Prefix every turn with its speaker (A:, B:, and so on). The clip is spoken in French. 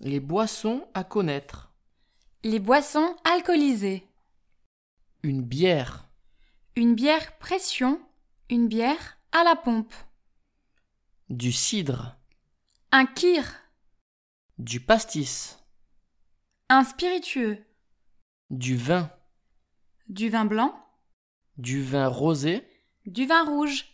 A: Les boissons à connaître.
B: Les boissons alcoolisées.
A: Une bière.
B: Une bière pression. Une bière à la pompe.
A: Du cidre.
B: Un kir.
A: Du pastis.
B: Un spiritueux.
A: Du vin.
B: Du vin blanc.
A: Du vin rosé.
B: Du vin rouge.